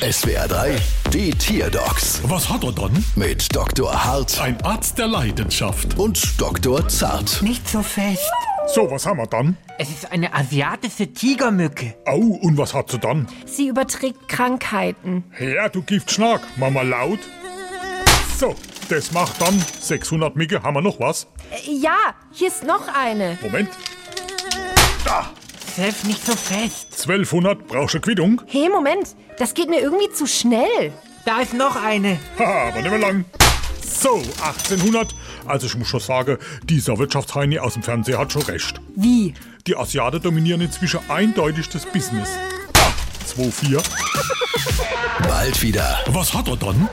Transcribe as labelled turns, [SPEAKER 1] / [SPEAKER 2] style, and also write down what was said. [SPEAKER 1] SWR 3, die Tierdocs
[SPEAKER 2] Was hat er dann?
[SPEAKER 1] mit Dr. Hart
[SPEAKER 2] Ein Arzt der Leidenschaft.
[SPEAKER 1] und Dr. Zart.
[SPEAKER 3] Nicht so fest.
[SPEAKER 2] So, was haben wir dann?
[SPEAKER 3] Es ist eine asiatische Tigermücke.
[SPEAKER 2] Au, und was hat sie dann?
[SPEAKER 4] Sie überträgt Krankheiten.
[SPEAKER 2] Herr, du Giftschnack, mach mal laut. So, das macht dann 600 Micke. Haben wir noch was?
[SPEAKER 4] Äh, Ja, hier ist noch eine.
[SPEAKER 2] Moment. Da,
[SPEAKER 3] Seth, nicht so fest.
[SPEAKER 2] 1200 brauchst du Quittung.
[SPEAKER 4] Hey, Moment, das geht mir irgendwie zu schnell.
[SPEAKER 3] Da ist noch eine.
[SPEAKER 2] Haha, aber nicht mehr lang. So, 1800. Also ich muss schon sagen, dieser Wirtschaftsheini aus dem Fernseher hat schon recht.
[SPEAKER 4] Wie?
[SPEAKER 2] Die Asiaten dominieren inzwischen eindeutig das Ah, Business. Da, 2,4.
[SPEAKER 1] Bald wieder.
[SPEAKER 2] Was hat er dann?